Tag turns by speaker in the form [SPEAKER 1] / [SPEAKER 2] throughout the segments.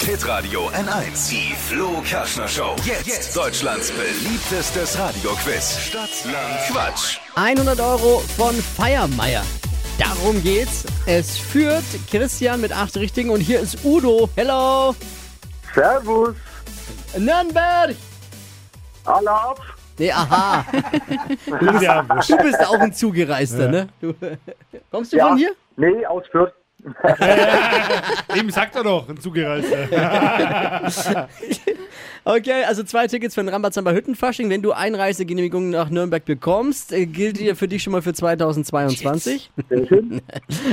[SPEAKER 1] Hitradio N1. Die Flo Kaschner Show. Jetzt, Deutschlands beliebtestes Radioquiz. Stadt, Land, Quatsch.
[SPEAKER 2] 100 Euro von Feiermeier. Darum geht's. Es führt Christian mit acht Richtigen und hier ist Udo. Hello,
[SPEAKER 3] Servus.
[SPEAKER 2] Nürnberg.
[SPEAKER 3] Alle ab.
[SPEAKER 2] Nee, aha.
[SPEAKER 4] Sind wir erwischt.
[SPEAKER 2] Du bist auch ein Zugereister, ne? Du, kommst du von hier?
[SPEAKER 3] Nee, aus Fürth.
[SPEAKER 4] Eben sagt er doch, ein Zugereister.
[SPEAKER 2] Okay, also zwei Tickets für den Rambazamba Hüttenfasching. Wenn du Einreisegenehmigung nach Nürnberg bekommst, äh, gilt die für dich schon mal für 2022.
[SPEAKER 3] Sehr schön.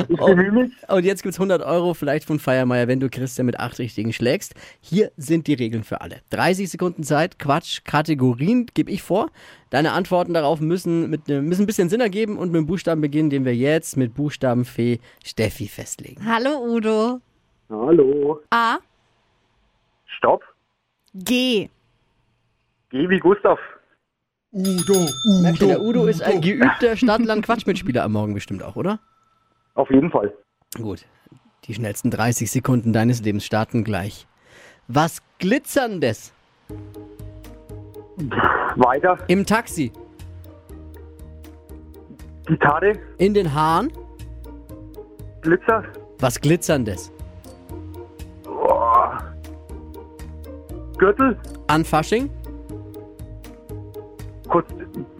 [SPEAKER 3] Ich
[SPEAKER 2] Oh.
[SPEAKER 3] bemühe mich.
[SPEAKER 2] Und jetzt gibt's 100 Euro vielleicht von Feiermeier, wenn du Christian mit acht Richtigen schlägst. Hier sind die Regeln für alle. 30 Sekunden Zeit, Quatsch, Kategorien gebe ich vor. Deine Antworten darauf müssen, mit, ne- müssen ein bisschen Sinn ergeben und mit dem Buchstaben beginnen, den wir jetzt mit Buchstabenfee Steffi festlegen.
[SPEAKER 5] Hallo Udo.
[SPEAKER 3] Hallo.
[SPEAKER 5] A.
[SPEAKER 3] Stopp.
[SPEAKER 5] G.
[SPEAKER 3] Geh wie Gustav.
[SPEAKER 4] Udo,
[SPEAKER 2] Merkst du, der
[SPEAKER 4] Udo.
[SPEAKER 2] Udo ist ein geübter Stadtland-Quatschmitspieler am Morgen bestimmt auch, oder?
[SPEAKER 3] Auf jeden Fall.
[SPEAKER 2] Gut. Die schnellsten 30 Sekunden deines Lebens starten gleich. Was glitzerndes
[SPEAKER 3] Weiter.
[SPEAKER 2] im Taxi,
[SPEAKER 3] Gitarre.
[SPEAKER 2] in den Haaren,
[SPEAKER 3] Glitzer.
[SPEAKER 2] was glitzerndes
[SPEAKER 3] Boah. Gürtel.
[SPEAKER 2] an Fasching,
[SPEAKER 3] Kurz.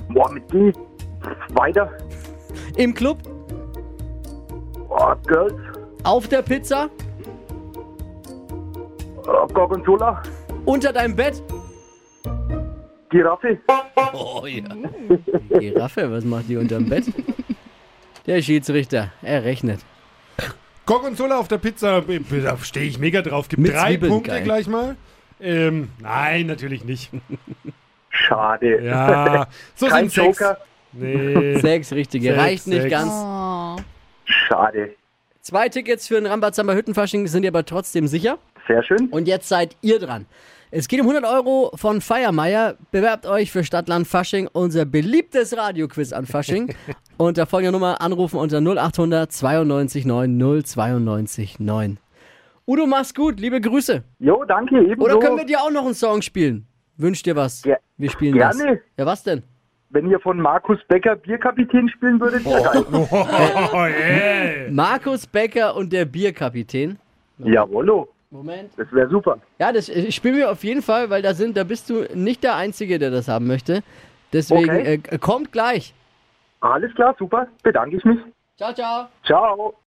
[SPEAKER 3] Boah, mit G. Weiter.
[SPEAKER 2] im Club,
[SPEAKER 3] Boah, Ah, Girls.
[SPEAKER 2] auf der Pizza,
[SPEAKER 3] Oh, Gorgonzola.
[SPEAKER 2] unter deinem Bett.
[SPEAKER 3] Giraffe.
[SPEAKER 2] Oh ja. Giraffe, was macht die unterm Bett? Der Schiedsrichter, er rechnet.
[SPEAKER 4] Gorgonzola auf der Pizza, da stehe ich mega drauf. Gibt
[SPEAKER 2] Mit
[SPEAKER 4] drei
[SPEAKER 2] Zwiebeln,
[SPEAKER 4] Punkte
[SPEAKER 2] geil.
[SPEAKER 4] gleich mal. Ähm, nein, natürlich nicht.
[SPEAKER 3] Schade.
[SPEAKER 4] Ja, so
[SPEAKER 3] Kein
[SPEAKER 4] sind sechs.
[SPEAKER 3] Joker.
[SPEAKER 4] Nee.
[SPEAKER 2] Sechs richtige,
[SPEAKER 4] Sechs,
[SPEAKER 2] reicht nicht
[SPEAKER 4] sechs.
[SPEAKER 2] ganz.
[SPEAKER 5] Oh.
[SPEAKER 3] Schade.
[SPEAKER 2] Zwei Tickets für den Rambazamba Hüttenfasching sind dir aber trotzdem sicher.
[SPEAKER 3] Sehr schön.
[SPEAKER 2] Und jetzt seid ihr dran. Es geht um 100 Euro von Feiermeier. Bewerbt euch für Stadtland Fasching, unser beliebtes Radioquiz an Fasching. unter folgender Nummer anrufen unter 0800 92 9 092 9. Udo, mach's gut, liebe Grüße.
[SPEAKER 3] Jo, danke. Ebenso.
[SPEAKER 2] Oder können wir dir auch noch einen Song spielen? Wünsch dir was.
[SPEAKER 3] Ge-
[SPEAKER 2] Wir spielen
[SPEAKER 3] gerne.
[SPEAKER 2] das. Ja, was denn?
[SPEAKER 3] Wenn ihr von Markus Becker Bierkapitän spielen würdet, wäre geil.
[SPEAKER 4] Oh, yeah.
[SPEAKER 2] Markus Becker und der Bierkapitän.
[SPEAKER 3] Jawollo.
[SPEAKER 2] Moment.
[SPEAKER 3] Das wäre super.
[SPEAKER 2] Ja, das äh, spielen wir auf jeden Fall, weil da sind, da bist du nicht der Einzige, der das haben möchte. Deswegen
[SPEAKER 3] Okay.
[SPEAKER 2] äh, kommt gleich.
[SPEAKER 3] Alles klar, super. Bedanke ich mich.
[SPEAKER 2] Ciao, ciao.
[SPEAKER 3] Ciao.